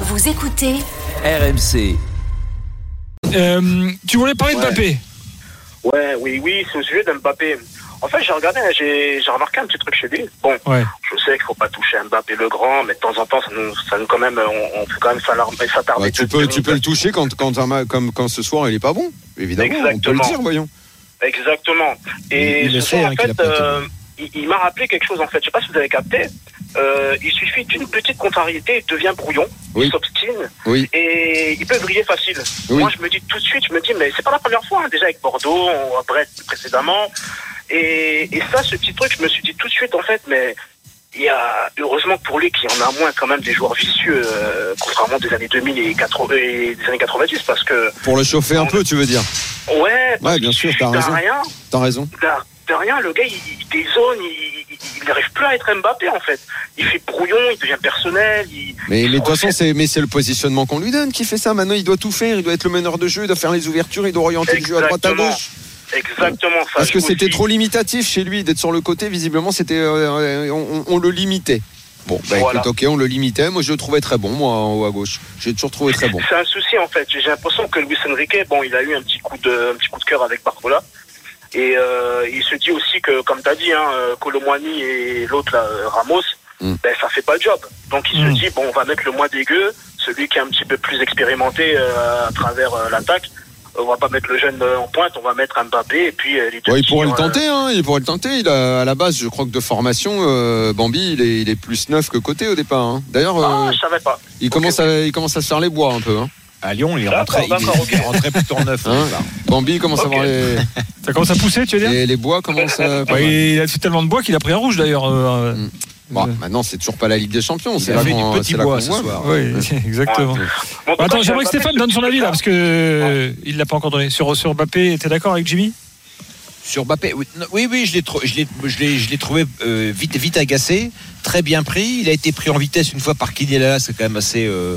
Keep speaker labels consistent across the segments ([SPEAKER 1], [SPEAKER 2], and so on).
[SPEAKER 1] Vous écoutez
[SPEAKER 2] RMC.
[SPEAKER 3] Euh, tu voulais parler de
[SPEAKER 4] Ouais.
[SPEAKER 3] Mbappé
[SPEAKER 4] Ouais, oui, oui, c'est au sujet d'Mbappé. En fait, j'ai regardé, hein, j'ai j'ai remarqué un petit truc chez lui. Bon,
[SPEAKER 3] Ouais.
[SPEAKER 4] je sais qu'il faut pas toucher Mbappé le grand, mais de temps en temps, ça nous, ça nous quand même, on, on peut quand même s'alarmer, s'attarder.
[SPEAKER 5] Bah, tu
[SPEAKER 4] dessus.
[SPEAKER 5] peux, tu peux le toucher quand, quand, un ma- comme, quand ce soir il est pas bon, évidemment. On peut le
[SPEAKER 4] Exactement.
[SPEAKER 5] dire, voyons.
[SPEAKER 4] euh, Exactement. Et
[SPEAKER 6] Il- il le
[SPEAKER 4] ce
[SPEAKER 6] sait,
[SPEAKER 4] soir,
[SPEAKER 6] hein,
[SPEAKER 4] en
[SPEAKER 6] qu'il
[SPEAKER 4] fait,
[SPEAKER 6] a pas été
[SPEAKER 4] euh, il, il m'a rappelé quelque chose. En fait, je sais pas si vous avez capté. Euh, il suffit d'une petite contrariété, il devient brouillon,
[SPEAKER 5] Oui.
[SPEAKER 4] il s'obstine
[SPEAKER 5] Oui.
[SPEAKER 4] et il peut briller facile.
[SPEAKER 5] Oui.
[SPEAKER 4] Moi, je me dis tout de suite, je me dis, mais c'est pas la première fois. hein, déjà avec Bordeaux, on- à Brest précédemment, et, et ça, ce petit truc, je me suis dit tout de suite, en fait, mais il y a heureusement pour lui qu'il y en a moins quand même des joueurs vicieux, euh, contrairement des années 2000 et, 80 et des années 90, parce que
[SPEAKER 5] Pour le chauffer un peu, tu veux dire.
[SPEAKER 4] ouais,
[SPEAKER 5] Ouais, bien sûr, t'as
[SPEAKER 4] t'as
[SPEAKER 5] raison.
[SPEAKER 4] rien.
[SPEAKER 5] T'as raison.
[SPEAKER 4] T'as t'as rien, le gars, il, il dézone, il- il il n'arrive plus à être Mbappé, en fait. Il fait brouillon, il devient personnel, il...
[SPEAKER 5] Mais, mais de toute
[SPEAKER 4] Ok.
[SPEAKER 5] façon, c'est, mais c'est le positionnement qu'on lui donne qui fait ça. Maintenant, il doit tout faire. Il doit être le meneur de jeu. Il doit faire les ouvertures. Il doit orienter le jeu à droite, à
[SPEAKER 4] Exactement.
[SPEAKER 5] gauche.
[SPEAKER 4] Exactement ça.
[SPEAKER 5] Parce
[SPEAKER 4] je
[SPEAKER 5] que
[SPEAKER 4] vous
[SPEAKER 5] c'était
[SPEAKER 4] le dis.
[SPEAKER 5] trop limitatif chez lui d'être sur le côté. Visiblement, c'était, euh, euh, on, on- on le limitait. Bon, bah
[SPEAKER 4] Voilà.
[SPEAKER 5] écoute, ok, on le limitait. Moi, je le trouvais très bon, moi, en haut à gauche. J'ai toujours trouvé très bon.
[SPEAKER 4] C'est un souci, en fait. J'ai l'impression que Luis Enrique, bon, il a eu un petit coup de, un petit coup de cœur avec Barcola. Et euh, il se dit aussi que, comme t'as dit, hein, euh, Colomwani et l'autre, là, euh, Ramos,
[SPEAKER 5] Mm.
[SPEAKER 4] ben, ça fait pas le job. Donc il
[SPEAKER 3] Mm.
[SPEAKER 4] se dit, bon, on va mettre le moins dégueu, celui qui est un petit peu plus expérimenté euh, à travers euh, l'attaque. On va pas mettre le jeune euh, en pointe, on va mettre Mbappé et puis euh, les deux
[SPEAKER 5] Ouais, il
[SPEAKER 4] petits,
[SPEAKER 5] pourrait le
[SPEAKER 4] euh,
[SPEAKER 5] tenter, hein, il pourrait le tenter. Il a, à la base, je crois que de formation, euh, Bambi, il est, il est plus neuf que côté au départ. hein. D'ailleurs,
[SPEAKER 4] Ah,
[SPEAKER 5] euh,
[SPEAKER 4] je savais pas.
[SPEAKER 5] il, commence à, il commence à se faire les bois un peu. hein.
[SPEAKER 6] À Lyon, il est
[SPEAKER 3] Ah,
[SPEAKER 4] D'accord,
[SPEAKER 6] rentré, il est-
[SPEAKER 4] d'accord, ok.
[SPEAKER 6] il est rentré plutôt en neuf. au
[SPEAKER 5] Hein
[SPEAKER 6] départ.
[SPEAKER 5] Bambi il commence
[SPEAKER 4] Ok.
[SPEAKER 5] à avoir les,
[SPEAKER 3] Ça commence à pousser, tu veux dire
[SPEAKER 5] les, les bois. Commence à,
[SPEAKER 3] Bah, Il a fait tellement de bois qu'il a pris un rouge d'ailleurs. euh,
[SPEAKER 5] Mm. Bon, maintenant, c'est toujours pas la Ligue des Champions.
[SPEAKER 6] Il
[SPEAKER 5] C'est
[SPEAKER 6] a
[SPEAKER 5] là
[SPEAKER 6] fait
[SPEAKER 5] qu'on
[SPEAKER 6] du petit
[SPEAKER 5] c'est là
[SPEAKER 6] bois
[SPEAKER 5] qu'on
[SPEAKER 6] ce
[SPEAKER 5] voit.
[SPEAKER 6] soir.
[SPEAKER 3] Oui, exactement.
[SPEAKER 4] Bon, en tout
[SPEAKER 3] Attends,
[SPEAKER 4] cas,
[SPEAKER 3] j'aimerais que
[SPEAKER 4] Ah, Mbappé,
[SPEAKER 3] Stéphane donne son avis là, parce que euh, il l'a pas encore donné. Sur, sur Mbappé, t'es d'accord avec Jimmy
[SPEAKER 6] Sur Mbappé, oui, non, oui, oui, je l'ai trou- je l'ai- je l'ai- je l'ai trouvé euh, vite, vite agacé, très bien pris. Il a été pris en vitesse une fois par Kenilala, c'est quand même assez, euh,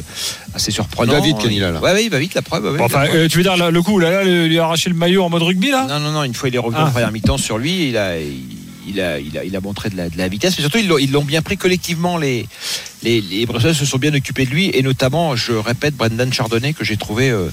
[SPEAKER 6] assez surprenant.
[SPEAKER 5] Il va vite, Kenilala.
[SPEAKER 6] Ouais, ouais, il va vite, la preuve. ouais,
[SPEAKER 3] Bon,
[SPEAKER 6] la
[SPEAKER 3] Enfin,
[SPEAKER 6] preuve.
[SPEAKER 3] euh, tu veux dire là, le coup, là, là, le- lui a arraché le maillot en mode rugby là
[SPEAKER 6] Non, non, non, une fois il est revenu
[SPEAKER 3] Ah.
[SPEAKER 6] en première mi-temps sur lui, il a, il a, il a, il a montré de la, de la vitesse, mais surtout ils l'ont- ils l'ont bien pris collectivement. Les, les, les Bruxelles se sont bien occupés de lui, et notamment, je répète, Brendan Chardonnay, que j'ai trouvé euh,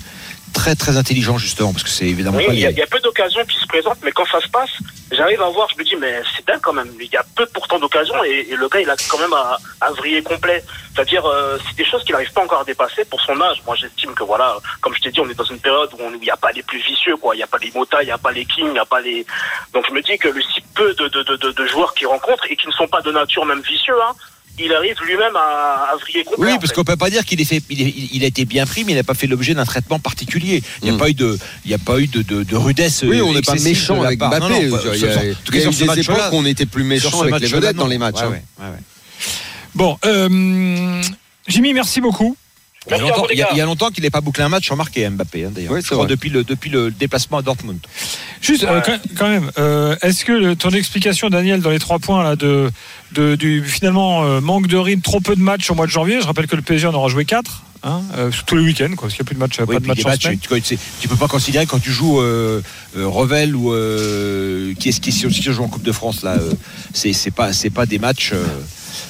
[SPEAKER 6] très, très intelligent, justement, parce que c'est évidemment
[SPEAKER 4] Oui,
[SPEAKER 6] pas
[SPEAKER 4] il y,
[SPEAKER 6] les-
[SPEAKER 4] a- il y a peu d'occasions qui se présentent, mais quand ça se passe, j'arrive à voir, je me dis, mais c'est dingue quand même. Il y a peu pourtant d'occasions et, et le gars, il a quand même à, à vriller complet. C'est-à-dire, euh, c'est des choses qu'il n'arrive pas encore à dépasser pour son âge. Moi, j'estime que voilà, comme je t'ai dit, on est dans une période où on- où il n'y a pas les plus vicieux, quoi. Il n'y a pas les Mota, il n'y a pas les King, il n'y a pas les. Donc, je me dis que le si peu de, de, de, de, de joueurs qu'il rencontre et qui ne sont pas de nature même vicieux, hein, il arrive lui-même à, à vriller complet.
[SPEAKER 6] Oui,
[SPEAKER 4] en
[SPEAKER 6] parce
[SPEAKER 4] fait.
[SPEAKER 6] qu'on peut pas dire qu'il est fait, il, est- il- il a été bien pris, mais il n'a pas fait l'objet d'un traitement particulier. Il n'y a
[SPEAKER 5] Mm.
[SPEAKER 6] pas eu de, il n'y a pas eu de, de, de rudesse.
[SPEAKER 5] Oui,
[SPEAKER 6] euh,
[SPEAKER 5] on n'est pas
[SPEAKER 6] excessive de
[SPEAKER 5] méchant
[SPEAKER 6] la
[SPEAKER 5] avec
[SPEAKER 6] part.
[SPEAKER 5] Mbappé.
[SPEAKER 6] Non, non,
[SPEAKER 5] je veux
[SPEAKER 6] pas-
[SPEAKER 5] dire, Il
[SPEAKER 6] sur-
[SPEAKER 5] y a,
[SPEAKER 6] sur- en tout
[SPEAKER 5] il y
[SPEAKER 6] cas,
[SPEAKER 5] a
[SPEAKER 6] sur
[SPEAKER 5] eu
[SPEAKER 6] ce
[SPEAKER 5] des
[SPEAKER 6] match-là,
[SPEAKER 5] époques où on était plus
[SPEAKER 6] sur
[SPEAKER 5] méchant
[SPEAKER 6] ce
[SPEAKER 5] avec les
[SPEAKER 6] match-là,
[SPEAKER 5] vedettes dans
[SPEAKER 6] non.
[SPEAKER 5] les matchs.
[SPEAKER 6] Ouais,
[SPEAKER 5] hein.
[SPEAKER 6] ouais, ouais, ouais.
[SPEAKER 3] Bon, euh, Jimmy, merci beaucoup.
[SPEAKER 6] Il y a
[SPEAKER 4] Merci à vous,
[SPEAKER 6] longtemps-
[SPEAKER 4] les
[SPEAKER 6] il y a-
[SPEAKER 4] gars.
[SPEAKER 6] il y a longtemps qu'il n'ait pas bouclé un match sans marquer Mbappé, hein, d'ailleurs.
[SPEAKER 5] Oui,
[SPEAKER 6] Je
[SPEAKER 5] c'est
[SPEAKER 6] crois
[SPEAKER 5] vrai.
[SPEAKER 6] depuis le, depuis le déplacement à Dortmund.
[SPEAKER 3] Juste euh,
[SPEAKER 4] Ouais.
[SPEAKER 3] quand, quand même, euh, est-ce que le- ton explication, Daniel, dans les trois points là, de, de- du finalement euh, manque de rythme, trop peu de matchs au mois de janvier, je rappelle que le PSG en aura joué 4 hein, euh, tous les week-ends, quoi, parce qu'il n'y a plus de matchs,
[SPEAKER 6] Oui,
[SPEAKER 3] pas
[SPEAKER 6] puis
[SPEAKER 3] de matchs
[SPEAKER 6] des
[SPEAKER 3] en
[SPEAKER 6] matchs,
[SPEAKER 3] semaine.
[SPEAKER 6] tu, tu- tu- tu peux pas considérer quand tu joues euh, euh, Revel ou euh, qui est-ce qui est-ce qui joue en Coupe de France là euh, c'est c'est pas c'est pas des matchs euh,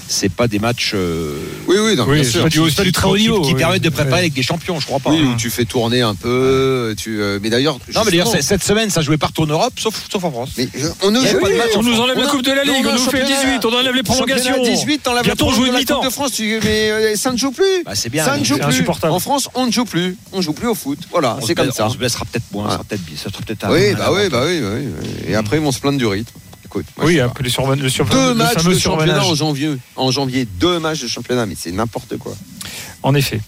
[SPEAKER 6] c'est pas des matchs euh,
[SPEAKER 5] Oui, oui, non,
[SPEAKER 3] Oui,
[SPEAKER 5] bien
[SPEAKER 3] c'est
[SPEAKER 5] sûr.
[SPEAKER 3] pas du, c'est pas du très haut
[SPEAKER 6] qui-
[SPEAKER 3] niveau.
[SPEAKER 6] qui
[SPEAKER 3] oui.
[SPEAKER 6] permettent de préparer
[SPEAKER 3] Ouais.
[SPEAKER 6] avec des champions je crois pas
[SPEAKER 5] Oui,
[SPEAKER 6] hein.
[SPEAKER 5] où tu fais tourner un peu. Tu, euh, mais d'ailleurs,
[SPEAKER 6] non mais d'ailleurs
[SPEAKER 5] justement,
[SPEAKER 6] c'est- cette semaine ça jouait partout en Europe sauf sauf en France
[SPEAKER 5] mais, euh, on ne
[SPEAKER 6] Il y a
[SPEAKER 5] joue
[SPEAKER 6] eu-
[SPEAKER 5] pas de match en
[SPEAKER 3] On nous
[SPEAKER 5] France.
[SPEAKER 3] enlève la
[SPEAKER 5] a-
[SPEAKER 3] Coupe de la
[SPEAKER 5] non,
[SPEAKER 3] Ligue,
[SPEAKER 5] non,
[SPEAKER 3] on nous fait
[SPEAKER 5] championnat-
[SPEAKER 3] 18, on enlève les prolongations.
[SPEAKER 5] Championnat 18, t'enlèves
[SPEAKER 3] Bientôt,
[SPEAKER 5] la
[SPEAKER 3] on joue
[SPEAKER 5] prolongation de la
[SPEAKER 3] mi-temps.
[SPEAKER 5] Coupe de France, tu- mais euh, ça ne joue plus.
[SPEAKER 6] Bah, c'est bien
[SPEAKER 5] ça
[SPEAKER 6] mais
[SPEAKER 5] ne joue
[SPEAKER 3] c'est
[SPEAKER 5] plus.
[SPEAKER 3] insupportable.
[SPEAKER 5] En France, on ne joue plus. On ne joue plus au foot. Voilà,
[SPEAKER 6] on se hein. Ah.
[SPEAKER 5] c'est comme
[SPEAKER 6] baisse-
[SPEAKER 5] ça.
[SPEAKER 6] on se baissera peut-être moins
[SPEAKER 5] Ouais.
[SPEAKER 6] ça sera peut-être ça sera peut-être un-
[SPEAKER 5] Oui,
[SPEAKER 6] un
[SPEAKER 5] bah oui, bah oui, oui. oui. Et après, ils vont se plaindre du rythme. Écoute, moi, je
[SPEAKER 3] Oui,
[SPEAKER 5] sais
[SPEAKER 3] après le, surven- le surven-
[SPEAKER 5] pas. deux
[SPEAKER 3] le
[SPEAKER 5] matchs
[SPEAKER 3] fameux
[SPEAKER 5] de championnat
[SPEAKER 3] survenage.
[SPEAKER 5] en janvier. En janvier, deux matchs de championnat, mais c'est n'importe quoi.
[SPEAKER 3] En effet.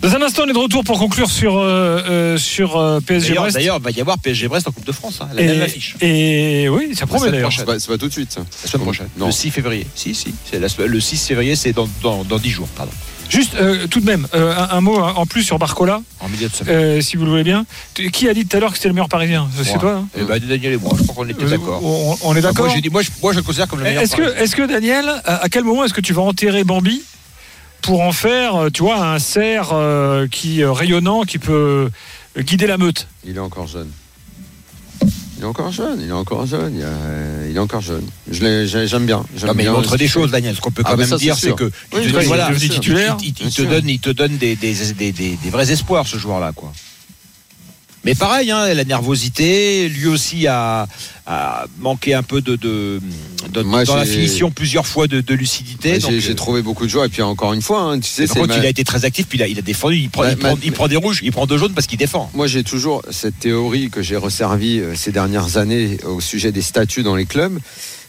[SPEAKER 3] Dans un instant, on est de retour pour conclure sur, euh, euh, sur euh, PSG
[SPEAKER 6] D'ailleurs,
[SPEAKER 3] Brest.
[SPEAKER 6] d'ailleurs, il va y avoir PSG Brest en Coupe de France, hein, la même
[SPEAKER 3] Et,
[SPEAKER 6] affiche,
[SPEAKER 3] et oui, ça promet
[SPEAKER 6] cette
[SPEAKER 3] d'ailleurs.
[SPEAKER 5] C'est
[SPEAKER 6] prochaine.
[SPEAKER 5] pas, c'est pas tout de suite. ça.
[SPEAKER 6] la semaine prochaine,
[SPEAKER 5] Non.
[SPEAKER 6] le 6 février. Oh, Si, si, c'est la semaine- le 6 février, c'est dans, dans, dans 10 jours, pardon,
[SPEAKER 3] Juste, euh, tout de même, euh, un, un mot en plus sur Barcola,
[SPEAKER 6] en milieu de semaine.
[SPEAKER 3] euh, si vous le voulez bien. Tu- Qui a dit tout à l'heure que c'était le meilleur parisien C'est
[SPEAKER 6] Moi.
[SPEAKER 3] toi hein
[SPEAKER 6] Eh ben, Daniel et moi, je crois qu'on était
[SPEAKER 3] Euh,
[SPEAKER 6] d'accord. Eh,
[SPEAKER 3] on, on est
[SPEAKER 6] Moi,
[SPEAKER 3] d'accord
[SPEAKER 6] j'ai dit- moi, je, moi, je le considère comme le meilleur.
[SPEAKER 3] Est-ce que, est que, Daniel, à à quel moment est-ce que tu vas enterrer Bambi pour en faire, euh, tu vois, un cerf euh, qui, euh, rayonnant qui peut euh, guider la meute
[SPEAKER 5] Il est encore jeune. Il est encore jeune, il est encore jeune. Il y a, il il est encore jeune. Je l'ai- j'ai- J'aime bien. j'aime
[SPEAKER 6] Non, mais il
[SPEAKER 5] bien
[SPEAKER 6] montre
[SPEAKER 5] ce
[SPEAKER 6] des
[SPEAKER 5] qu'il
[SPEAKER 6] choses, Daniel. Ce qu'on peut
[SPEAKER 5] Ah,
[SPEAKER 6] quand
[SPEAKER 5] bah,
[SPEAKER 6] même
[SPEAKER 5] ça, c'est
[SPEAKER 6] dire, c'est
[SPEAKER 5] sûr.
[SPEAKER 6] que
[SPEAKER 5] Oui,
[SPEAKER 6] il te
[SPEAKER 5] il
[SPEAKER 6] donne-
[SPEAKER 5] est
[SPEAKER 6] voilà,
[SPEAKER 3] devenu
[SPEAKER 6] il-
[SPEAKER 3] titulaire.
[SPEAKER 6] il- il-
[SPEAKER 5] Bien
[SPEAKER 6] il te
[SPEAKER 5] sûr.
[SPEAKER 6] donne, il te donne des, des, des- des- des vrais espoirs, ce joueur-là, quoi. Mais pareil, hein, la nervosité, lui aussi a, a manqué un peu de, de- de-
[SPEAKER 5] Moi,
[SPEAKER 6] dans la
[SPEAKER 5] j'ai-
[SPEAKER 6] finition plusieurs fois de, de lucidité.
[SPEAKER 5] fait.
[SPEAKER 6] donc,
[SPEAKER 5] J'ai j'ai
[SPEAKER 6] euh,
[SPEAKER 5] trouvé beaucoup de joueurs et puis encore une fois, hein, tu sais,
[SPEAKER 6] par
[SPEAKER 5] c'est
[SPEAKER 6] contre,
[SPEAKER 5] ma-
[SPEAKER 6] il a été très actif, puis il a, il a défendu. Il prend,
[SPEAKER 5] Ma-
[SPEAKER 6] il, prend,
[SPEAKER 5] ma-
[SPEAKER 6] il prend des rouges, il prend deux jaunes parce qu'il défend.
[SPEAKER 5] Moi, j'ai toujours cette théorie que j'ai resservie euh, ces dernières années au sujet des statuts dans les clubs.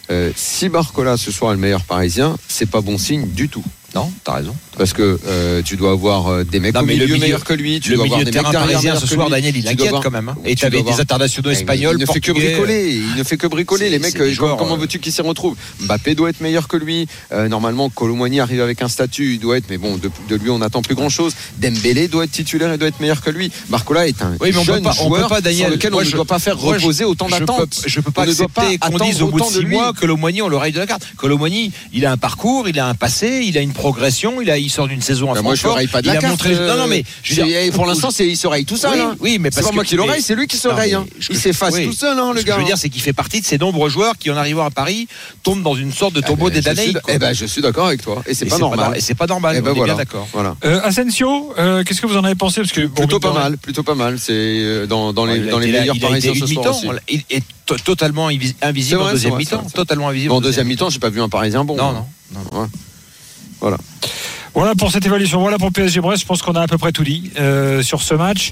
[SPEAKER 5] Euh, si Barcola ce soir est le meilleur parisien, c'est pas bon signe du tout.
[SPEAKER 6] Non, t'as raison.
[SPEAKER 5] Parce que euh, tu dois avoir euh, des mecs
[SPEAKER 6] Non,
[SPEAKER 5] au
[SPEAKER 6] mais le
[SPEAKER 5] milieu,
[SPEAKER 6] milieu-
[SPEAKER 5] meilleurs que lui, tu
[SPEAKER 6] le
[SPEAKER 5] dois avoir
[SPEAKER 6] milieu de
[SPEAKER 5] des mecs
[SPEAKER 6] terrain
[SPEAKER 5] derrière
[SPEAKER 6] parisien
[SPEAKER 5] meilleurs
[SPEAKER 6] ce
[SPEAKER 5] que
[SPEAKER 6] soir,
[SPEAKER 5] lui.
[SPEAKER 6] Daniel, il
[SPEAKER 5] Tu dois
[SPEAKER 6] inquiète
[SPEAKER 5] avoir-
[SPEAKER 6] quand même. hein. Et
[SPEAKER 5] tu
[SPEAKER 6] t'avais
[SPEAKER 5] dois
[SPEAKER 6] des
[SPEAKER 5] avoir-
[SPEAKER 6] internationaux
[SPEAKER 5] Eh,
[SPEAKER 6] espagnols,
[SPEAKER 5] il ne fait que
[SPEAKER 6] portugais.
[SPEAKER 5] bricoler, il ne fait que bricoler.
[SPEAKER 6] C'est-
[SPEAKER 5] Les mecs,
[SPEAKER 6] c'est des
[SPEAKER 5] euh,
[SPEAKER 6] joueurs,
[SPEAKER 5] comment
[SPEAKER 6] euh,
[SPEAKER 5] veux-tu qu'ils s'y retrouvent Mbappé doit être meilleur que lui. Euh, normalement, Colomboigny arrive avec un statut, il doit être, mais bon, de, de lui on n'attend plus grand-chose. Dembélé doit être titulaire et doit être meilleur que lui. Marcola est un
[SPEAKER 6] Oui, mais on
[SPEAKER 5] jeune
[SPEAKER 6] peut pas- on peut
[SPEAKER 5] joueur
[SPEAKER 6] pas, Daniel.
[SPEAKER 5] sur lequel
[SPEAKER 6] Moi,
[SPEAKER 5] on
[SPEAKER 6] je-
[SPEAKER 5] ne doit pas faire
[SPEAKER 6] moi, je-
[SPEAKER 5] reposer autant
[SPEAKER 6] je
[SPEAKER 5] d'attentes.
[SPEAKER 6] peux, je peux pas
[SPEAKER 5] On ne doit
[SPEAKER 6] accepter
[SPEAKER 5] pas
[SPEAKER 6] qu'on
[SPEAKER 5] attendre
[SPEAKER 6] dise au bout de
[SPEAKER 5] autant de
[SPEAKER 6] six
[SPEAKER 5] lui.
[SPEAKER 6] mois que Lomoigny on le raille de la carte. Que Lomoigny, il a un parcours, il a un passé, il a une progression, il a, il sort d'une saison à
[SPEAKER 5] Bah, moi, je ne
[SPEAKER 6] Francfort,
[SPEAKER 5] raille pas de la
[SPEAKER 6] il a
[SPEAKER 5] carte.
[SPEAKER 6] montré-
[SPEAKER 5] euh,
[SPEAKER 6] non, non, mais je veux dire-
[SPEAKER 5] c'est- pour l'instant, c'est- il se raille tout seul.
[SPEAKER 6] oui,
[SPEAKER 5] hein.
[SPEAKER 6] oui, mais
[SPEAKER 5] C'est
[SPEAKER 6] parce
[SPEAKER 5] pas
[SPEAKER 6] que-
[SPEAKER 5] moi qui
[SPEAKER 6] mais-
[SPEAKER 5] l'oreille, c'est lui qui se
[SPEAKER 6] Non,
[SPEAKER 5] raille.
[SPEAKER 6] mais
[SPEAKER 5] hein.
[SPEAKER 6] je-
[SPEAKER 5] Il s'efface
[SPEAKER 6] oui.
[SPEAKER 5] tout seul, hein,
[SPEAKER 6] Ce
[SPEAKER 5] le
[SPEAKER 6] que
[SPEAKER 5] gars.
[SPEAKER 6] je veux dire, c'est qu'il fait partie de ces nombreux joueurs qui, en arrivant à Paris, tombent dans une sorte de tombeau des
[SPEAKER 5] Eh ben, je suis
[SPEAKER 6] Danaïdes.
[SPEAKER 5] d'ac-
[SPEAKER 6] quoi.
[SPEAKER 5] Eh ben, je suis d'accord avec toi. Et c'est
[SPEAKER 6] Et
[SPEAKER 5] pas
[SPEAKER 6] Et
[SPEAKER 5] normal.
[SPEAKER 6] c'est pas normal,
[SPEAKER 5] Eh ben,
[SPEAKER 6] on est
[SPEAKER 5] voilà.
[SPEAKER 6] bien d'accord.
[SPEAKER 5] Voilà.
[SPEAKER 3] Euh, Asensio, euh, qu'est-ce que vous en avez pensé Parce que bon,
[SPEAKER 5] Plutôt pas
[SPEAKER 3] mine de rien-
[SPEAKER 5] mal, plutôt pas mal. C'est euh, dans, dans les,
[SPEAKER 6] Oh, Il a
[SPEAKER 5] dans les
[SPEAKER 6] été là-
[SPEAKER 5] meilleurs
[SPEAKER 6] il a été
[SPEAKER 5] parisiens ce
[SPEAKER 6] une
[SPEAKER 5] soir.
[SPEAKER 6] mi-temps.
[SPEAKER 5] aussi.
[SPEAKER 6] On l'a- Il est to- totalement invis-
[SPEAKER 5] C'est
[SPEAKER 6] invisible
[SPEAKER 5] vrai,
[SPEAKER 6] en deuxième
[SPEAKER 5] c'est vrai,
[SPEAKER 6] mi-temps.
[SPEAKER 5] c'est vrai.
[SPEAKER 6] Totalement invisible.
[SPEAKER 5] En deuxième mi-temps, j'ai pas vu un parisien bon.
[SPEAKER 6] Non, non. non, non.
[SPEAKER 3] Voilà pour cette évaluation, voilà pour PSG Brest. Je pense qu'on a à peu près tout dit euh, sur ce match.